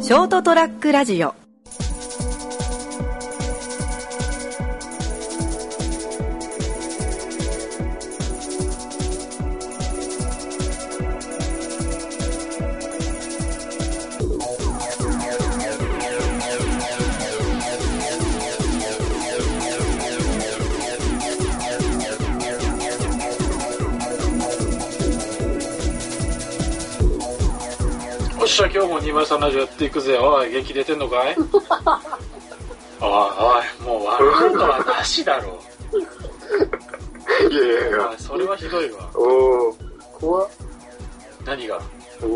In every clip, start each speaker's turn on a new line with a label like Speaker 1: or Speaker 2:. Speaker 1: ショートトラックラジオ
Speaker 2: おっしゃ今日も203ラジオやっていくぜおい元気出てんのか いおいおいもう笑うのはなしだろ
Speaker 3: いやいやい
Speaker 2: お
Speaker 3: や
Speaker 2: い。それはひどいわ
Speaker 3: おお怖っ
Speaker 2: 何が
Speaker 3: お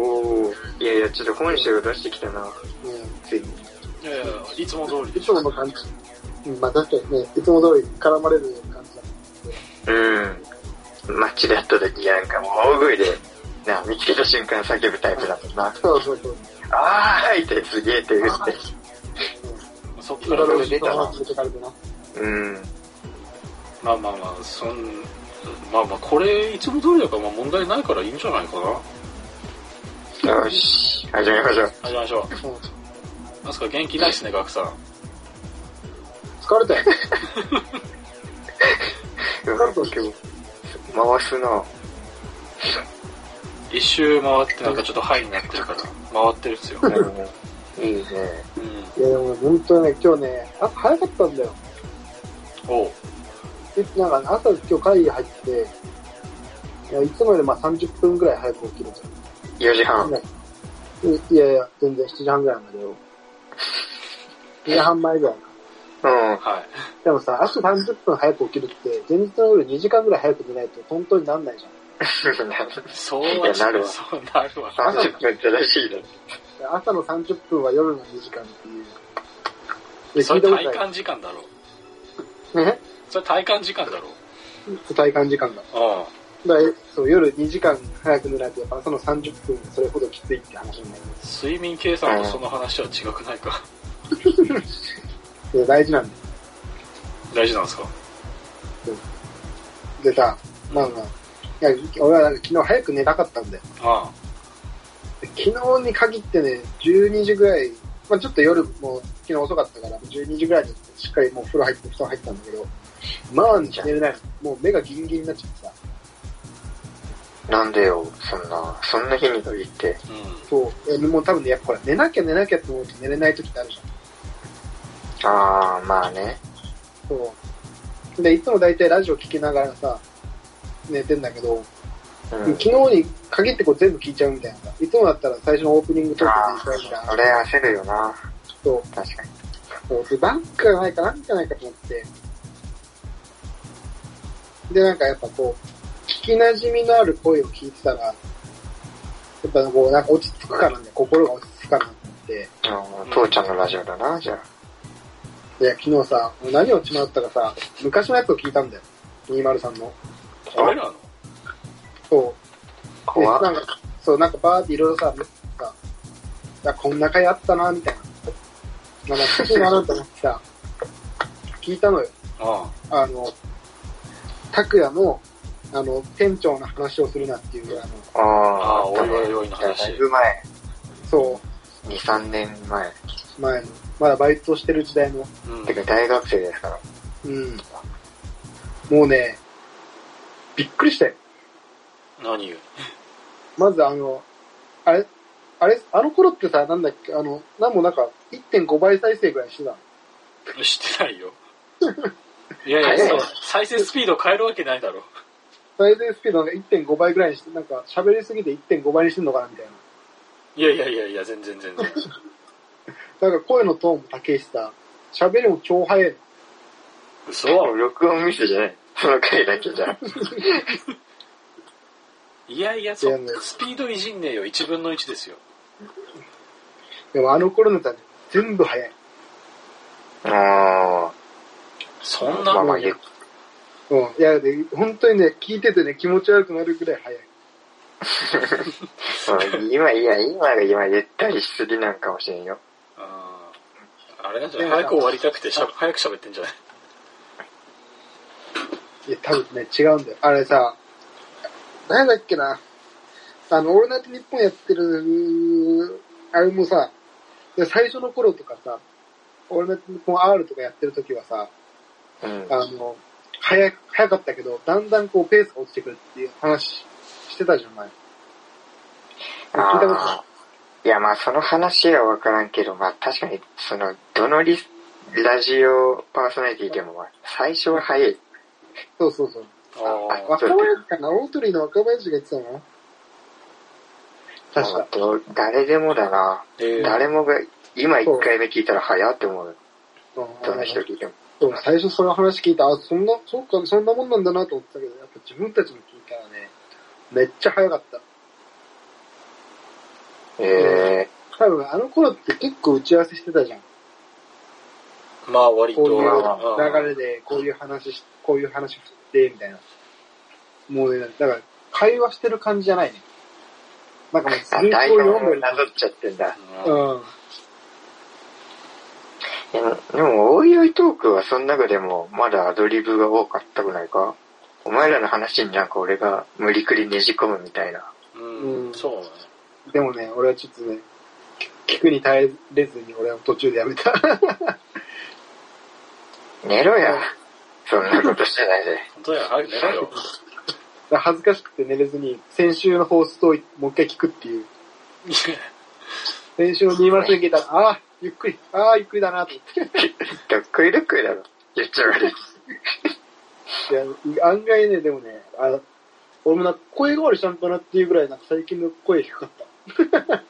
Speaker 3: おいやいや、ちょっと本性を出してきたな。
Speaker 4: う
Speaker 3: ついに。
Speaker 2: いやいやいつも通り
Speaker 4: ん、い
Speaker 2: でし
Speaker 4: つ
Speaker 2: ょ
Speaker 4: もの感じ。うんまあ確かにね、いつも通り絡まれる感じだ。
Speaker 3: うん。街で会った時なんかもう大声で、な、見つけた瞬間叫ぶタイプだもんな。
Speaker 4: そうそうそう。
Speaker 3: あーいってすげえ手振って。
Speaker 2: そっから
Speaker 4: 裏
Speaker 2: ど
Speaker 4: 路
Speaker 2: う
Speaker 4: 地
Speaker 2: し
Speaker 4: と話してかれてな。
Speaker 3: うん。
Speaker 2: まあまあまあそんまあまあこれいつも通りだからまあ問題ないからいいんじゃないかな
Speaker 3: よし。始めましょう。
Speaker 2: 始めましょ
Speaker 4: うん
Speaker 2: うあすか元気ないっすねガクさん
Speaker 4: 疲れたよ。
Speaker 3: うわ今日、回すな。
Speaker 2: 一周回ってなんかちょっとハイになってるから回ってるっすよ、
Speaker 3: うん。いいね。
Speaker 2: うん、
Speaker 4: いやでもね、本当にね、今日ね、朝早かったんだよ。
Speaker 2: おう
Speaker 4: でなんかね、朝今日会議入って、いやいつもよりまあ30分ぐらい早く起きるじ
Speaker 3: 4時
Speaker 4: ゃん。
Speaker 3: 半。
Speaker 4: いいやいや、全然7時半ぐらいなんだけど。7時半前ぐらいか。
Speaker 3: うん。
Speaker 2: はい
Speaker 4: でもさ、朝30分早く起きるって、前日の夜2時間ぐらい早く寝ないと本当になんないじゃ
Speaker 2: そうは
Speaker 4: ん。
Speaker 2: ちょっ
Speaker 3: いやなる
Speaker 2: と
Speaker 3: わ
Speaker 2: そうなるわ
Speaker 3: 30分正しいだ。
Speaker 4: 朝の30分は夜の2時間っていう。で
Speaker 2: それ
Speaker 4: 聞いたこと
Speaker 2: 体
Speaker 4: ない。
Speaker 2: 感時間だろ
Speaker 4: ね
Speaker 2: それ体感時間だろ
Speaker 4: 体感時間が。
Speaker 2: あ
Speaker 4: だからそう夜2時間早く寝ないと、やっぱ朝の30分それほどきついって話になる。
Speaker 2: あ睡眠計算とその話は違くないか
Speaker 4: いや大事なんだよ。
Speaker 2: 大事なんですか
Speaker 4: でさ、まあまあ、いや、俺はなんか昨日早く寝たかったんだよ。
Speaker 2: あ
Speaker 4: で昨日に限ってね、12時ぐらい、まあちょっと夜も昨日遅かったから、12時ぐらいにしっかりもう風呂入って布団入ったんだけど、まあ寝れない。もう目がギンギンになっちゃってさ。
Speaker 3: なんでよ、そんな、そんな日に限って。
Speaker 2: あう
Speaker 4: そう。えもう多分ね、やっぱほら、寝なきゃ寝なきゃって思うと寝れない時ってあるじゃん。
Speaker 3: あー、まあね。
Speaker 4: そう。で、いつも大体ラジオ聞きながらさ、寝てんだけど、
Speaker 3: うん。
Speaker 4: 昨日に限ってこう全部聞いちゃうみたいなさ。いつもだったら最初のオープニングトー
Speaker 3: あ
Speaker 4: クでいいから、
Speaker 3: あ、あれ焦るよな。
Speaker 4: そう
Speaker 3: 確かに。
Speaker 4: そうで、バンクがないかなんじゃないかと思って。で、なんかやっぱこう、聞き馴染みのある声を聞いてたら、やっぱこう、なんか落ち着くかなんで、心が落ち着くかなと思って。
Speaker 3: あー父ちゃんのラジオだな、じゃ
Speaker 4: で、昨日さ、何を落ちまったかさ、昔のやつを聞いたんだよ。203の。
Speaker 2: ん俺らの
Speaker 4: そう。
Speaker 3: あ。
Speaker 4: で、
Speaker 3: 怖
Speaker 4: な
Speaker 3: っ
Speaker 4: んか、そう、なんかバーっていろいろさ、さ、いや、こんな回あったな、みたいな。まあ、懐かしいな、と思ってさ、聞いたのよ。
Speaker 2: あ
Speaker 4: あの、拓也の、あの、店長の話をするなっていう、
Speaker 3: あ
Speaker 4: あの、
Speaker 2: あああ
Speaker 3: あ、
Speaker 2: おいおいおいの
Speaker 3: だ
Speaker 2: 話
Speaker 3: いぶ前。
Speaker 4: そ
Speaker 3: 2、3年前。
Speaker 4: う、前の、まだバイトをしてる時代の、
Speaker 2: うん
Speaker 3: てか大学生ですから。
Speaker 4: うん。もうね、びっくりしたよ。
Speaker 2: 何 よ
Speaker 4: まずあの、あれ、あれ、あの頃ってさ、なんだっけ、あの、なんもなんか、1.5倍再生ぐらいしてたの。
Speaker 2: してないよいやいや
Speaker 3: 早
Speaker 2: そ
Speaker 3: いう
Speaker 2: 再生スピードを変えるわけないだろ
Speaker 4: 再生スピードが1.5倍ぐらいにして、なんか、喋りすぎて1.5倍にしてんのかな、みたいな。
Speaker 2: いやいやいやいや全然全然
Speaker 4: なんか声のトーンも高いしさ、喋りも超早いの。
Speaker 2: 嘘
Speaker 3: 録音ミスじゃない。その回だけじゃん。
Speaker 2: いやいやそ
Speaker 4: いやね
Speaker 2: スピードいじんねえよ1分の1ですよ
Speaker 4: でもあの頃の歌ね、全部早い。
Speaker 3: あ
Speaker 2: そんな
Speaker 3: あ。まあ
Speaker 2: の
Speaker 3: まあ、
Speaker 2: いや
Speaker 3: ゆ
Speaker 4: うん。いや、で、本当にね、聞いててね、気持ち悪くなるぐらい早い。
Speaker 3: 今、いや、今が今、ゆったりしすぎなんかもしれんよ。
Speaker 2: あああれなんじゃない早く終わりたくてしゃ早く喋ってんじゃない
Speaker 4: いや、多分ね、違うんだよ。あれさ、なんだっけな。あの、オールナイト日本やってる、あれもさ、で最初の頃とかさ、俺のこの R とかやってる時はさ、
Speaker 3: うん。
Speaker 4: あの、早く、早かったけど、だんだんこうペースが落ちてくるっていう話してたじゃない。聞いたことない
Speaker 3: あーいや、まあ、その話はわからんけど、まあ、確かに、その、どのリス、ラジオパーソナリティでも、まあ、最初は早い。
Speaker 4: そうそうそう。
Speaker 2: ああ
Speaker 4: 若林かな大鳥の若林が言ってたの確
Speaker 3: も
Speaker 4: か
Speaker 3: う。ど誰でもだな。
Speaker 2: えー、
Speaker 3: 誰もが、今一回目聞いたら早って思うよ。どんな人
Speaker 4: うん
Speaker 3: 聞いても。
Speaker 4: そう最初その話聞いた、あ、そんな、そっか、そんなもんなんだなと思ったけど、やっぱ自分たちも聞いたらね、めっちゃ早かった。
Speaker 3: え
Speaker 4: 多分あの頃って結構打ち合わせしてたじゃん。
Speaker 2: まあ割
Speaker 4: ことうい
Speaker 2: ああ
Speaker 4: う流れで、こういう話し、こういう話振って、みたいな。もうね、だから、会話してる感じじゃないね。なんかもう、
Speaker 3: ー、あ、
Speaker 4: ずっと
Speaker 3: 台本
Speaker 4: 読
Speaker 3: を
Speaker 4: んで
Speaker 3: なぞっちゃってんだ。
Speaker 2: う
Speaker 4: る。
Speaker 2: ん
Speaker 4: うん。
Speaker 3: でも、でもおいおいトークはその中でも、まだアドリブが多かったくないかお前らの話になんか俺が無理くりねじ込むみたいな。
Speaker 2: うん、
Speaker 4: うん
Speaker 2: そうね
Speaker 4: でもね、俺はちょっとね、聞くに耐えれずに俺は途中でやめた。
Speaker 3: 寝ろや。そんなことしてないで。
Speaker 2: 本当や早く寝ろよ
Speaker 4: 恥ずかしくて寝れずに、先週の放送をもう一回聞くっていう。 先週の209聞いたら、ああ、ゆっくり、ああ、ゆっくりだなと思って。
Speaker 3: どっこいどっこいだろ。言っちゃうから。
Speaker 4: いや、案外ね、でもね、あ俺もなんか声変わりしたんかなっていうぐらい、なんか最近の声低かった。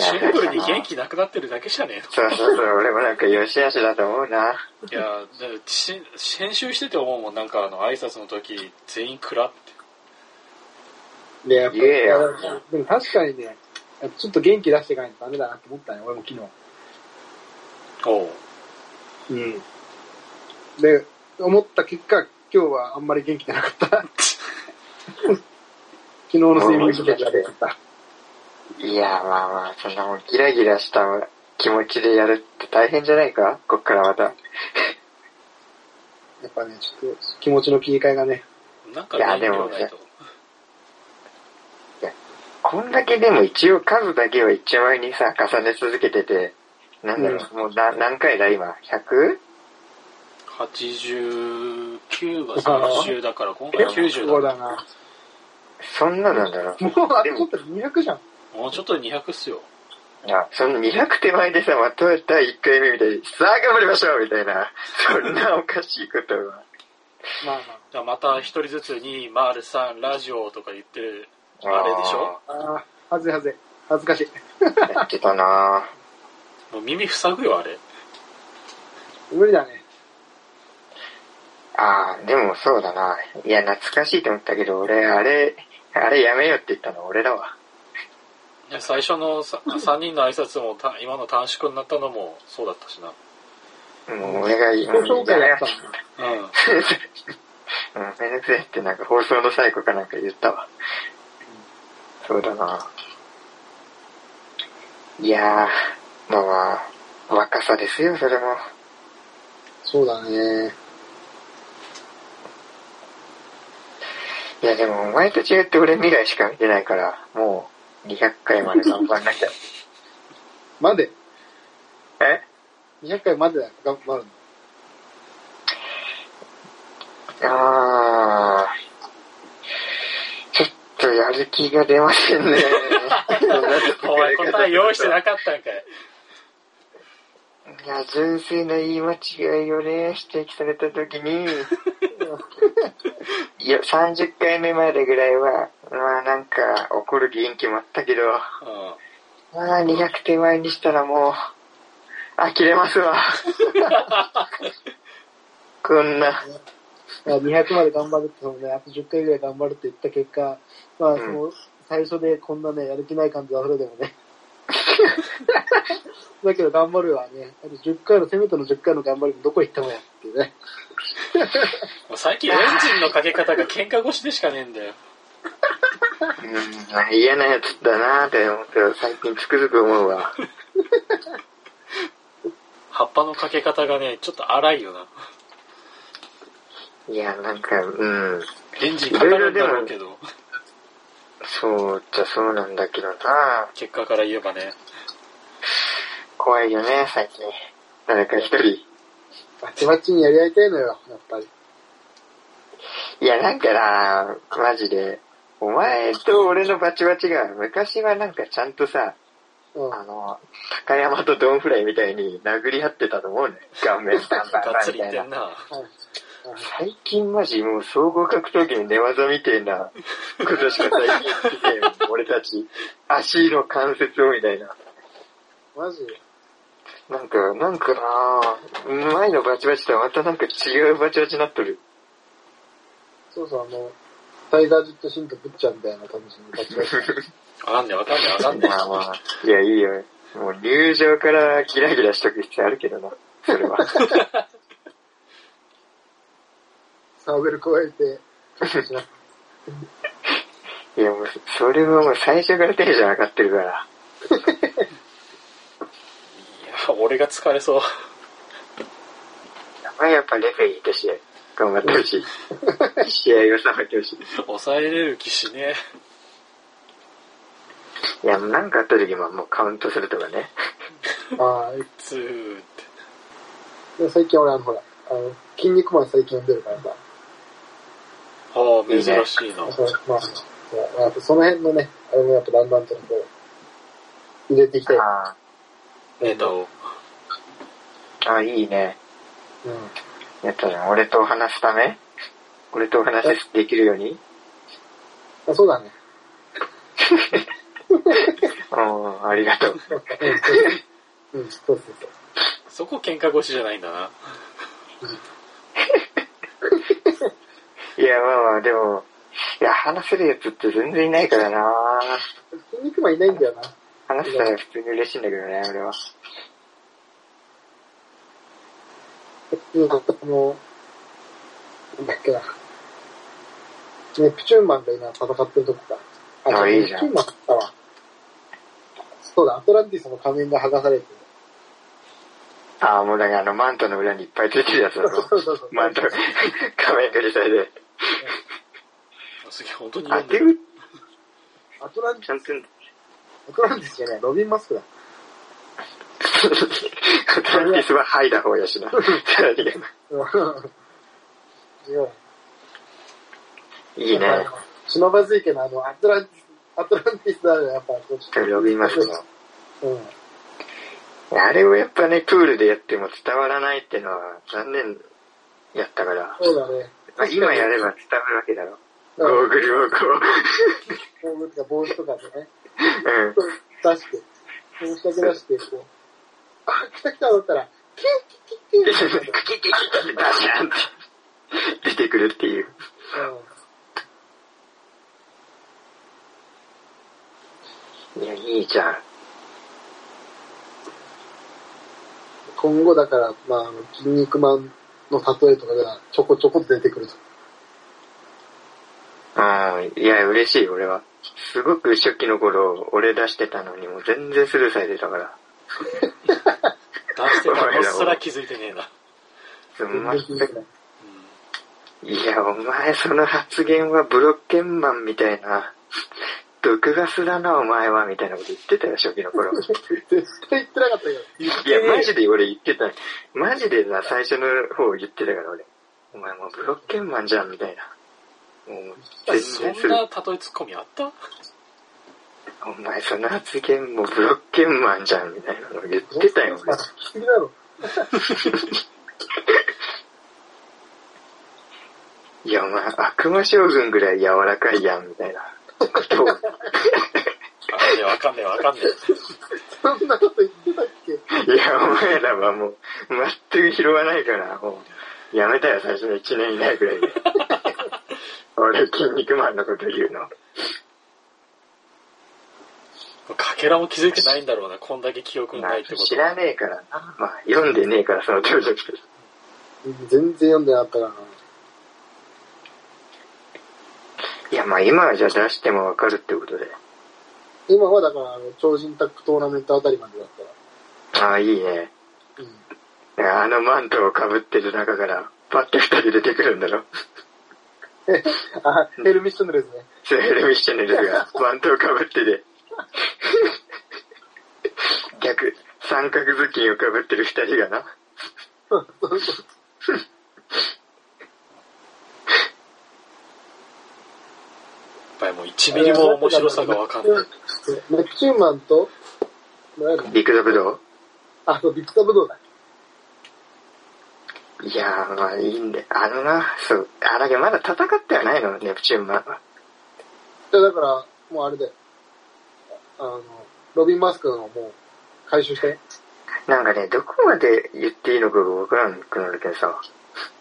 Speaker 2: シンプルに元気なくなってるだけじゃね
Speaker 3: そうそうそう、俺もなんかよしあしだと思うな。
Speaker 2: えのいやだからし編集してて思うもんなんかあの挨拶の時全員暗って
Speaker 4: で、やっぱ、
Speaker 3: いやいや
Speaker 4: でも確かにね、やっぱちょっと元気出していかないとダメだなって思ったね、俺も昨
Speaker 2: おう
Speaker 4: 日。うん。で、思った結果、今日はあんまり元気じゃなかった。 昨日の睡眠時間が悪かった。
Speaker 3: いや、まあまあ、そんなもんギラギラした気持ちでやるって大変じゃないかこっからまた。
Speaker 4: やっぱね、ちょっと気持ちの切り替えがね、
Speaker 2: なんか
Speaker 3: いや
Speaker 2: 遠
Speaker 3: でも
Speaker 2: 慮ないと
Speaker 3: こんだけでも一応数だけは一応前にさ、重ね続けてて、なんだろう、もうな何回だ今 100?
Speaker 2: 89が30だから今回
Speaker 4: そう
Speaker 2: 90だ
Speaker 4: だな。
Speaker 3: そんななんだろう。
Speaker 4: もうあとちょっと200じゃん。
Speaker 2: もうちょっとで200っすよ
Speaker 3: いやその200手前でさ、まとめた1回目みたいに、さあ頑張りましょうみたいな、そんなおかしいことは。
Speaker 4: まあまあ。
Speaker 2: じゃあまた一人ずつに「マールさんラジオ」とか言ってるあれでしょ
Speaker 4: ああ、はずいはずい。恥ずかしい。
Speaker 3: あーやってたなぁ。
Speaker 2: もう耳塞ぐよあれ
Speaker 4: 無理だね。
Speaker 3: ああ、でもそうだな。いや、懐かしいと思ったけど、俺、あれ、あれやめようって言ったの俺だわ。
Speaker 2: いや最初のさ3人の挨拶もた今の短縮になったのもそうだったしな
Speaker 3: もう俺が、
Speaker 4: 自己
Speaker 3: も
Speaker 4: 紹介だったもんね
Speaker 2: うん
Speaker 3: うん、めんどくせえってなんか放送の最後かなんか言ったわ。そうだな。いやー、まあまあ、若さですよ、それも。
Speaker 4: そうだね。
Speaker 3: いや、でもお前と違って俺未来しか見てないから、もう200回まで頑張んなき ゃ。
Speaker 4: まで。
Speaker 3: え
Speaker 4: 200回までだよ。頑張るの。
Speaker 3: あー、ちょっとやる気が出ませんね。
Speaker 2: お前答え用意してなかったんかい
Speaker 3: いや、純粋な言い間違いをね、指摘されたときに、 いや、30回目までぐらいは、まあなんか怒る元気もあったけど、
Speaker 2: うん
Speaker 3: まあ200手前にしたらもう、呆れますわ。 こんな、
Speaker 4: まあ200まで頑張るって、そのね、あと10回ぐらい頑張るって言った結果、まあ、
Speaker 3: うん
Speaker 4: その、最初でこんなね、やる気ない感じはそれで もね。だけど頑張るわね。あと10回の、せめての10回の頑張りもどこ行ったもんやっていうね。
Speaker 2: もう最近エンジンのかけ方が喧嘩腰でしかねえんだよ
Speaker 3: うん、嫌なやつだなって思って最近つくづく思うわ。
Speaker 2: 葉っぱのかけ方がねちょっと荒いよない
Speaker 3: や、なんか、うん、
Speaker 2: エンジンかかるんだろうけど
Speaker 3: そうじゃそうなんだけどな
Speaker 2: 結果から言えばね
Speaker 3: 怖いよね、最近。誰か一人。
Speaker 4: バチバチにやり合いたいのよ、やっぱり。
Speaker 3: いや、なんかな、マジで。お前と俺のバチバチが、昔はなんかちゃんとさ、
Speaker 4: うん。
Speaker 3: あの、高山とドンフライみたいに殴り合ってたと思うね。顔面バンバ
Speaker 2: が
Speaker 3: ン
Speaker 2: っ
Speaker 3: バン
Speaker 2: つ
Speaker 3: み
Speaker 2: り
Speaker 3: た
Speaker 2: 言っ
Speaker 3: い
Speaker 2: て
Speaker 3: な。
Speaker 2: んな。
Speaker 3: 最近マジもう総合格闘技の寝技みたいなことしか最近聞いてない俺たち。足の関節をみたいな。
Speaker 4: マジ
Speaker 3: なんか、なんかなぁ、前のバチバチとはまたなんか違うバチバチになっとる。
Speaker 4: そうそう、あの、タイガージェットシンとブッチャーみたいな感じのバチバチ。
Speaker 2: わかんねえわかんねえわかんね
Speaker 3: まあまあ、いや、いいよ。もう入場からギラギラしとく必要あるけどな。それは。
Speaker 4: サーベル加 えて、しなくて
Speaker 3: いや、もう、それはもう最初からテンション上がってるから。
Speaker 2: え。いや、俺が疲れそう。
Speaker 3: やっぱりやっぱレフェリーとして頑張ってほしい。試合をさばいてほしい。
Speaker 2: 抑えれる気しね
Speaker 3: いや、なんかあった時ももうカウントするとかね。
Speaker 4: ああ、
Speaker 2: え。つーって。
Speaker 4: で最近俺あのほら、あの、筋肉マン最近読んでるからさ、
Speaker 2: ああ、珍しいな。
Speaker 4: そうまあ、そうやっぱその辺のね、あれもやっぱだんだんとこう、入れていきたい。
Speaker 3: あ
Speaker 2: ネタを。
Speaker 3: あ、あいいね。
Speaker 4: うん。
Speaker 3: やったじゃん。俺と話すため俺とお話しできるように
Speaker 4: あそうだね。
Speaker 3: うん、ありがとう。
Speaker 4: うん、そうそうそう。
Speaker 2: そこ喧嘩腰じゃないんだな。
Speaker 3: いや、まあまあ、でも、いや、話せるやつって全然いないからな
Speaker 4: 筋肉マンいないんだよな。
Speaker 3: 話したら普通に嬉しいんだけどね、俺は。
Speaker 4: うん、あの、なんだっけな。ネプチューンマンが今戦ってるとこか。
Speaker 3: あ
Speaker 4: 違う
Speaker 3: いいじゃん
Speaker 4: ネプチューンマンだったわ。そうだ、アトランティスの仮面が剥がされてる。
Speaker 3: ああ、もうだからあの、マントの裏にいっぱいついてるやつだ
Speaker 4: そう
Speaker 3: ろ。
Speaker 4: そうそうそう。
Speaker 3: マント、仮面くりされて。
Speaker 2: すげえ、本当に
Speaker 3: あ、
Speaker 2: 読ん
Speaker 3: て
Speaker 2: でる。
Speaker 3: る
Speaker 4: アトランティ
Speaker 3: ちゃ んと、
Speaker 4: ス、アトランティスじゃない、ロビンマスクだ。
Speaker 3: アトランティスははいだ方や しな。さらに
Speaker 4: うん 違う。
Speaker 3: いいね。。
Speaker 4: 忍ばず池のあの、アトランティス、アトランティスだよ、やっぱ。ちょっ
Speaker 3: ロビンマスクの。
Speaker 4: とうん。
Speaker 3: あれをやっぱね、プールでやっても伝わらないってのは残念やったから。
Speaker 4: そうだね。
Speaker 3: まあ、今やれば伝わるわけだろ。ゴーグルをこ
Speaker 4: こう、なんか帽子とかでね。
Speaker 3: う、うん。
Speaker 4: 出して、申し訳出して、こう、あ、来た来ただったら、キュッキュッキュッキュ
Speaker 3: キ
Speaker 4: ッ
Speaker 3: キキキってバシャンって出てくるっていう。いや、いいじゃん。
Speaker 4: 今後だから、まああの、筋肉マンの例えとかがちょこちょこ出てくると。
Speaker 3: うん。いや、嬉しい、俺は。すごく初期の頃、俺出してたのに、もう全然スルーされてたから。
Speaker 2: 出してたのすら気づいてねえな。
Speaker 3: すんません
Speaker 4: い
Speaker 3: いや、お前、その発言はブロッケンマンみたいな。 毒ガスだな、お前は、みたいなこと言ってたよ、初期の頃。
Speaker 4: 絶対言ってなかったけど。
Speaker 2: うん、い
Speaker 3: いや、マジで俺言ってた。マジでな、最初の方言ってたから俺。お前もうブロッケンマンじゃん、みたいな。もう、全
Speaker 2: そ
Speaker 3: 然す
Speaker 2: ん
Speaker 3: る
Speaker 2: な。例えツッコミあった
Speaker 3: お前その発言もブロッケンマンじゃん、みたいなの言ってたよ、
Speaker 4: ま
Speaker 3: 俺
Speaker 4: あ。聞きすぎだろ。
Speaker 3: いや、お前、悪魔将軍ぐらい柔らかいやん、みたいな。ことを
Speaker 2: わかんねえわかんねえわかんねえ。
Speaker 4: そんなこと言ってたっけ
Speaker 3: いや、お前らはもう、全く拾わないから、もう、やめたよ、最初の1年以内ぐら いで。俺、筋肉マンのこと言うの。
Speaker 2: かけらも気づいてないんだろうな、こんだけ記憶にないってこと。
Speaker 3: 知らねえからな。まあ、読んでねえから、その当時。
Speaker 4: 全然読んでなかったからな。
Speaker 3: いや、まあ、今はじゃあ出してもわかるってことで。
Speaker 4: 今はだから、あの、超人タックトーナメントあたりまでだったら。
Speaker 3: ああ、いいね。
Speaker 4: うん。
Speaker 3: あのマントをかぶってる中から、パッて二人出てくるんだろ。
Speaker 4: あ、ヘルミッションのですね。
Speaker 3: セールミッショネルがマントをかぶってて。逆、三角頭巾をかぶってる二人がな。
Speaker 2: ぱりもう1ミリも面白さがわかんない。
Speaker 4: ネプチューンマンと、何やろ
Speaker 3: ビッグザブドウ
Speaker 4: あ、そう、ビッグサブドウだ。
Speaker 3: いやー、まあいいんで、あのな、そう、あ、だけどまだ戦ってはないの、ネプチューンマンは。
Speaker 4: いやだから、もうあれだよ。あの、ロビン・マスクのもう、回収して。
Speaker 3: なんかね、どこまで言っていいのかがわからんくなるけどさ、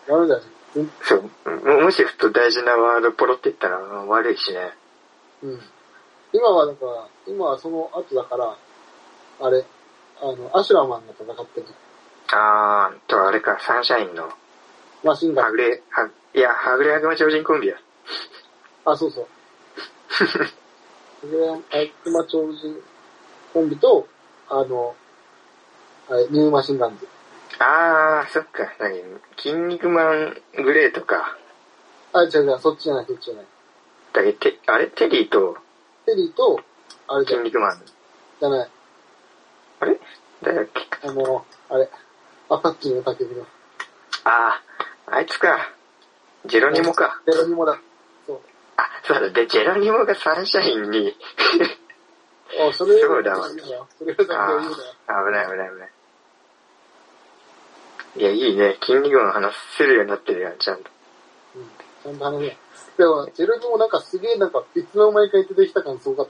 Speaker 4: ダメだよ。うん
Speaker 3: そう、ももしふと大事なワードポロって言ったらまあ悪いしね。
Speaker 4: うん。今はだから、今はその後だから、あれ、あの、アシュラマンが戦ってる。
Speaker 3: あー、とあれか、サンシャインの、
Speaker 4: マシンガ
Speaker 3: は
Speaker 4: ン。
Speaker 3: ぐれ、はいや、はぐれあぐま超人コンビや。
Speaker 4: あ、そうそう。 それは、悪魔超人コンビと、あの、あれ、ニューマシンガンズ。
Speaker 3: あー、そっか、なに、筋肉マングレーとか、
Speaker 4: あ、違う違う、そっちじゃない、そっちじゃない。
Speaker 3: だけて、あれテリーと
Speaker 4: テリーと、あれ
Speaker 3: 筋
Speaker 4: じゃない、
Speaker 3: 肉マン。
Speaker 4: じゃない。
Speaker 3: あれ誰だっけ
Speaker 4: あの、あれ、アパッチの竹火の。
Speaker 3: ああ、あいつか。ジェロニモか。
Speaker 4: ベロニモだ。そう。
Speaker 3: あ、そうだ、で、ジェロニモがサンシャインに、
Speaker 4: あ、それ
Speaker 3: そうだわ
Speaker 4: それはだけ言うなよ。
Speaker 3: 危ない危ない危ない。いや、いいね。筋肉マン話せるようになってるやん、ちゃんと。
Speaker 4: うん。ちゃんと話せ。でも、ジェルニもなんかすげえなんか、いつの間にか出てきた感すごかっ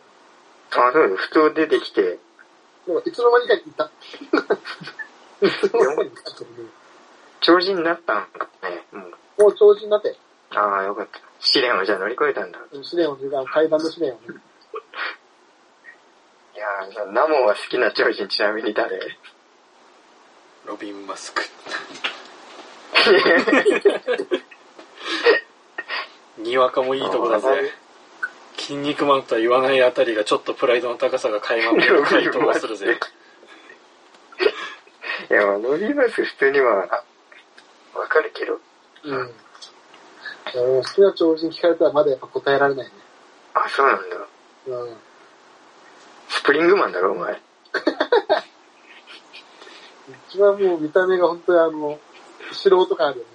Speaker 3: あ、そうだ、ふと出てきて、
Speaker 4: た。でも、いつの間にかいた。 いつの間にかっていう
Speaker 3: 超人になったんかね。もう。
Speaker 4: もう調子になって、
Speaker 3: ああ、よかった。試練をじゃあ乗り越えたんだ。
Speaker 4: 試練を、あの階段の試練をね。
Speaker 3: いやーじゃあ、ナモンは好きな超人ちなみに誰
Speaker 2: ロビン・マスク。にわかもいいとこだぜ
Speaker 3: あー。
Speaker 2: 筋肉マンとは言わないあたりがちょっとプライドの高さが垣間見える回答をするぜ。
Speaker 3: いや、まあ、ノリバス普通には、あわかるけど。
Speaker 4: うん。でも好きな超人聞かれたらまだやっぱ答えられないね。
Speaker 3: あ、そうなんだ。
Speaker 4: うん。
Speaker 3: スプリングマンだろ、お前。
Speaker 4: 一番もう見た目が本当にあの、素人感あるよね。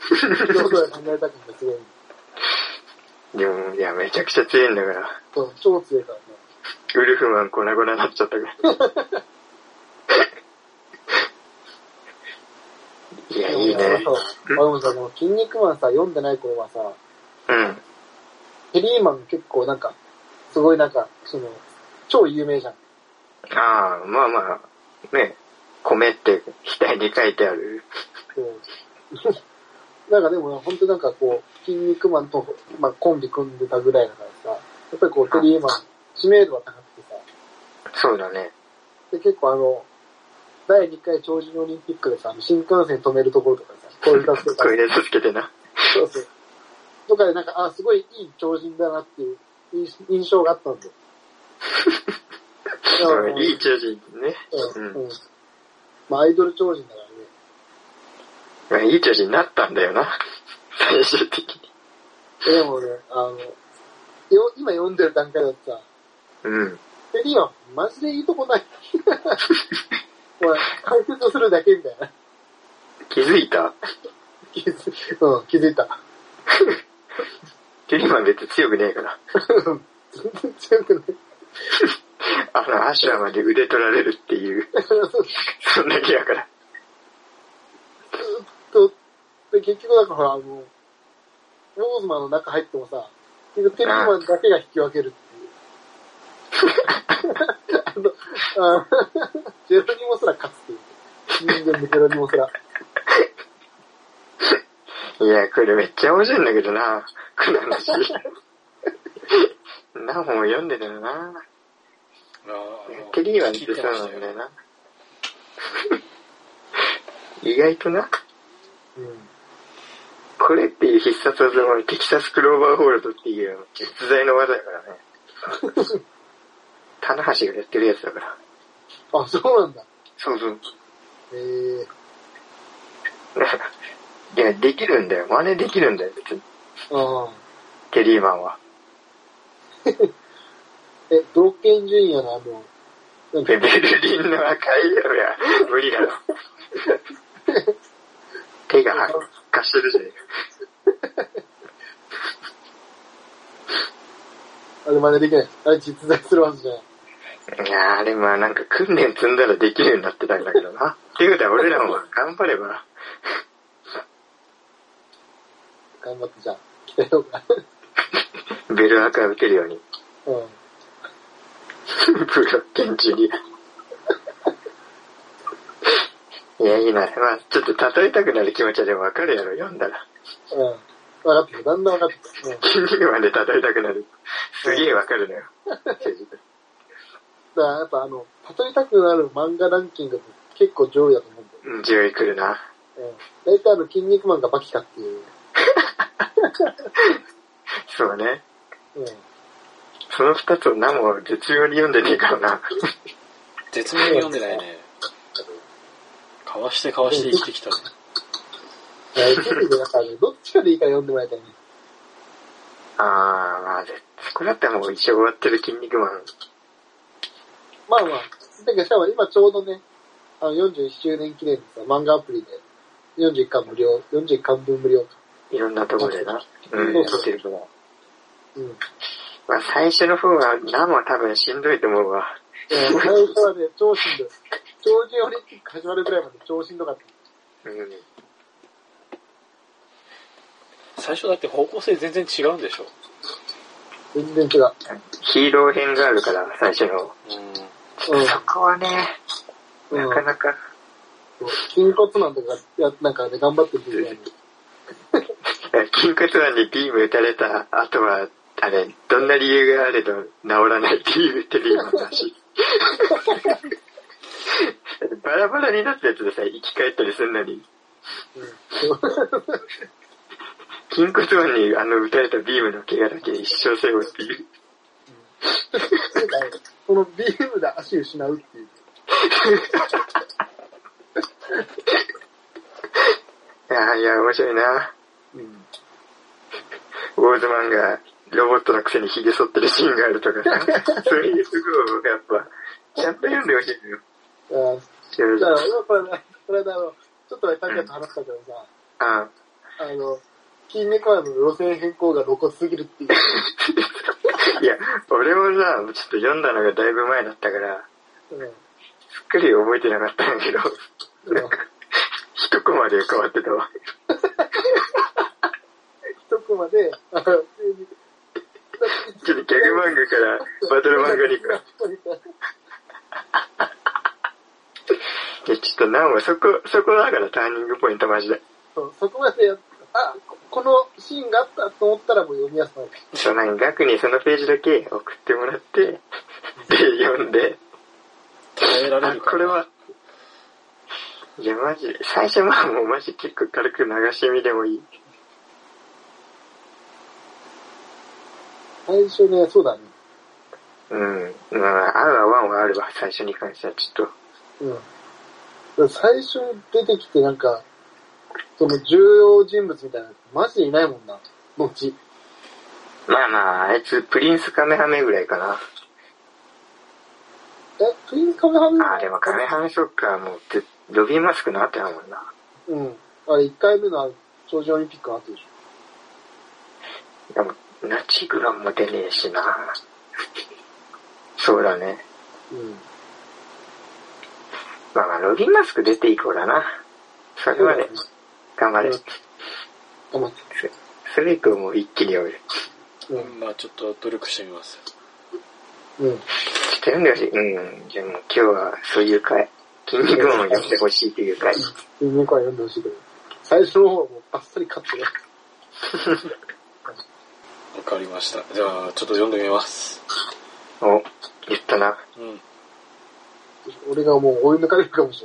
Speaker 4: 素人が考えた感がすごい。
Speaker 3: でも、いや、めちゃくちゃ強いんだから。
Speaker 4: そう、超強いからね。
Speaker 3: ウルフマン粉々になっちゃったから。いや、いいね。
Speaker 4: そう。俺もさ、この筋肉マンさ、読んでない頃はさ、
Speaker 3: うん。
Speaker 4: ヘリーマン結構なんか、すごいなんか、その、超有名じゃん。
Speaker 3: ああ、まあまあ、ね、米って額に書いてある。
Speaker 4: そう。なんかでも、本当なんかこう、筋肉マンと、まあ、コンビ組んでたぐらいだからさ、やっぱりこう、ヘリーマン、知名度は高くてさ、
Speaker 3: そうだね。
Speaker 4: で、結構あの、第2回長寿オリンピックでさ、あの新幹線止めるところとかさ、こういう感じとか
Speaker 3: ト、イレ助けてな。
Speaker 4: そうそう。とかでなんか、あ、すごいいい超人だなっていう印印象があったんだよ。だからもう
Speaker 3: いい超人ね。
Speaker 4: うん。うん。まあ、アイドル超人だからね。
Speaker 3: まあ、いい調子になったんだよな。最終的に。
Speaker 4: でもね、あの、よ今読んでる段階だとさ、
Speaker 3: うん。
Speaker 4: ペリーはマジでいいとこない。 ほら、解説するだけみたいな。
Speaker 3: 気づいた
Speaker 4: 気づうん、気づいた。
Speaker 3: テリマン別に強くねえから。
Speaker 4: 全然強くない。
Speaker 3: あの、アシュラまで腕取られるっていう、そんだけやから。
Speaker 4: と、で、結局だから、あの、ウォーズマンの中入ってもさ、結局テレビマンだけが引き分けるっていう。 あの、あのジェロニモすら勝つっていう。人間のジェロニモすら。
Speaker 3: いや、これめっちゃ面白いんだけどな、この 話。何本も読んでたよな。
Speaker 2: あー
Speaker 3: テリーマンって
Speaker 2: 聞い
Speaker 3: そう
Speaker 2: まし
Speaker 3: な
Speaker 2: た
Speaker 3: ん
Speaker 2: よ
Speaker 3: だよな。 意外とな、
Speaker 4: うん。
Speaker 3: これっていう必殺技はテキサスクローバーホールドっていう実在の技だからね。 棚橋がやってるやつだから。
Speaker 4: あ、そうなんだ。
Speaker 3: そうそう。
Speaker 4: えー、
Speaker 3: いや、できるんだよ。真似できるんだよ、別に。
Speaker 4: ああ。
Speaker 3: テリーマンは。
Speaker 4: え、ブロッケンジュニアのあの、なんか
Speaker 3: ベベルリンの赤い色や、無理だろ。手が発火してるじゃね
Speaker 4: あれ真似できない。あれ実在するはずじゃない。
Speaker 3: えか。いやーあれまあなんか訓練積んだらできるようになってたんだけどな。っていうことは俺らも頑張れば、
Speaker 4: 頑張ってじゃあ、鍛えようか。
Speaker 3: ベル赤打てるように。
Speaker 4: うん。
Speaker 3: プロ研ジュニア。いや、いいな。まあちょっと例えたくなる気持ちはでもわかるやろ、読んだら。
Speaker 4: うん。分かってきた。だんだん分かってきた。うん。
Speaker 3: 筋肉まで叩いたくなる。すげえわかるのよ。
Speaker 4: だからやっぱあの、例えたくなる漫画ランキングって結構上位だと思うんだよ。
Speaker 3: うん上位来るな。
Speaker 4: うん。大体あの、筋肉マンがバキかっていう。
Speaker 3: そうね。
Speaker 4: うん。
Speaker 3: その二つを何も絶妙に読んでねえから な。
Speaker 2: 絶妙に読んでないね。かわしてかわして生きてきたね。
Speaker 4: えー、テレビでなんかあ のどっちかでいいから読んでもらいたいね。
Speaker 3: あー、まあ、絶これだったらもう一生終わってる筋肉マン。
Speaker 4: まあまあ。だけどしかも今ちょうどね、あの、41周年記念でさ、漫画アプリで、41巻無料、41巻分無料か。
Speaker 3: いろんなところでな。うん、
Speaker 4: そ
Speaker 3: や
Speaker 4: うそう
Speaker 3: ってるから。
Speaker 4: うん。
Speaker 3: まあ、最初の方は何も多分しんどいと思うわ。
Speaker 4: 最初はね、超しんどい。超人オリンピック始まるぐらいまで超しんどかった。
Speaker 3: うん。
Speaker 2: 最初だって方向性全然違うんでしょ。
Speaker 4: 全然違う。
Speaker 3: ヒーロー編があるから、最初の。
Speaker 2: う
Speaker 3: そこはね、
Speaker 4: うん。
Speaker 3: な
Speaker 4: う
Speaker 3: か
Speaker 4: ん。
Speaker 3: なか、
Speaker 4: 筋骨マンとか、や、なんかね、頑張ってる時代に。
Speaker 3: 筋骨マンにビーム打たれた後は、あれ、どんな理由があれど治らないっていうテレビの 話。だってバラバラになったやつでさ、生き返ったりするのに、筋骨マンにあの打たれたビームの怪我だけ一生背負うっていう。
Speaker 4: このビームで足失うっていう。
Speaker 3: いやいや、面白いな。
Speaker 4: うん。
Speaker 3: ウォーズマンがロボットのくせに髭剃ってるシーンがあるとかさ、そういうすごい、やっぱ、ちゃんと読んでほしいのよ。
Speaker 4: あだから、俺はこれ、これだろ、ちょっと前、タケと話したけどさ、
Speaker 3: あ
Speaker 4: あの、筋肉マンの路線変更が露骨すぎるっていう。
Speaker 3: いや、俺もさ、ちょっと読んだのがだいぶ前だったから、
Speaker 4: うん。うん
Speaker 3: すっかり覚えてなかったんだけど、 一コマで変わってたわ。
Speaker 4: 一コマで、あの、急に、
Speaker 3: ちょっとギャグ漫画からバトル漫画に行く。いや、ちょっとなんもそこ、そこだからターニングポイントマジで。
Speaker 4: そうそこまでやっあ、ここのシーンがあったと思ったらもう読みやすくなる。
Speaker 3: そうなんか、額にそのページだけ送っても らって、で、読んで、
Speaker 2: 耐えられ
Speaker 3: あ、
Speaker 2: るか。
Speaker 3: これは、いや、マジで、最初はもうマジ結構軽く流し見でもいい。
Speaker 4: 最初ね、そうだね。
Speaker 3: うん。まあ、合う合わんはあるわ、最初に関しては、ちょっと。
Speaker 4: うん。だから最初出てきてなんか、その重要人物みたいな、マジでいないもんな。後。
Speaker 3: まあまあ、あいつ、プリンスカメハメぐらいかな。
Speaker 4: え、プリンカメハメ
Speaker 3: あ、でもカメハメそっか、もう、てロビンマスクの後やもんな。
Speaker 4: うん。あれ、1回目の長寿オリンピックの後でし
Speaker 3: でも、ナチグランも出ねえしな。そうだね。
Speaker 4: ょ。うん。
Speaker 3: まあまあ、ロビンマスク出ていこうだな。それまで、頑張れ。
Speaker 4: 頑張って。
Speaker 3: それ以降もう一気に読める。
Speaker 4: うん
Speaker 2: まあちょっと努力してみます。
Speaker 4: ん。う
Speaker 3: ちょっ
Speaker 4: ん。
Speaker 3: と読んでほしい。うん。じゃあもう今日はそういう回。筋肉マンを読んでほしいという回。
Speaker 4: っていう猫は読んでほしいけど、最初の方はもうバッサリカットで。
Speaker 2: わかりました。じゃあ、ちょっと読んでみます。
Speaker 3: お、言ったな。
Speaker 2: うん。
Speaker 4: 俺がもう追い抜かれるかもし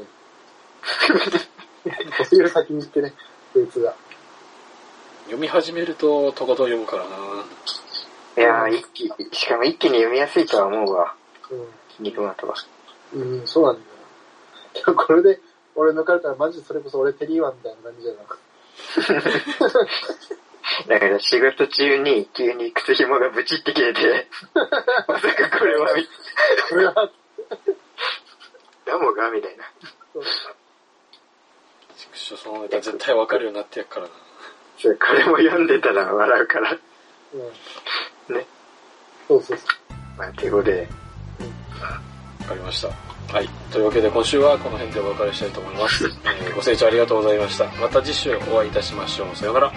Speaker 4: れない。俺より先に行ってね、こいつが。
Speaker 2: 読み始めると、とことん読むからな。
Speaker 3: いやー、一気、しかも一気に読みやすいとは思うわ。筋肉マンとは。
Speaker 4: うん。うん、そうなんだよ。 でもこれで、俺抜かれたらマジでそれこそ俺テリーワンみたいな感じじゃなく
Speaker 3: だから仕事中に急に 靴紐がブチって切れて、まさかこれは、
Speaker 4: これは、
Speaker 3: ガモが、みたいな。
Speaker 2: 畜生そのネタ絶対わかるようになってやっからな。
Speaker 3: それ、これも読んでたら笑うから。
Speaker 4: うん。
Speaker 3: ね。
Speaker 4: そうそうそ
Speaker 3: まあ、手ごで。
Speaker 2: わかりました。はい。というわけで今週はこの辺でお別れしたいと思います。えーご清聴ありがとうございました。また次週お会いいたしましょう。さようなら。
Speaker 4: う。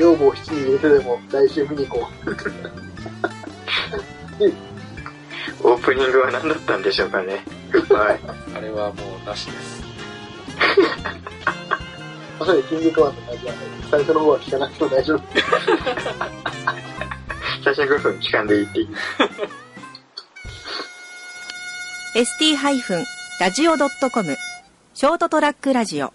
Speaker 4: 女房七人入れてでも来週見に行こう。
Speaker 3: オープニングは何だったんでしょうかね。はい。
Speaker 2: あれはもうなしです。
Speaker 4: まさにキングカワンの感じは、最初の方は聞かなくても大丈夫。
Speaker 3: 最初の5分、期間でいいっていい。
Speaker 1: ST-radio.com ショートトラックラジオ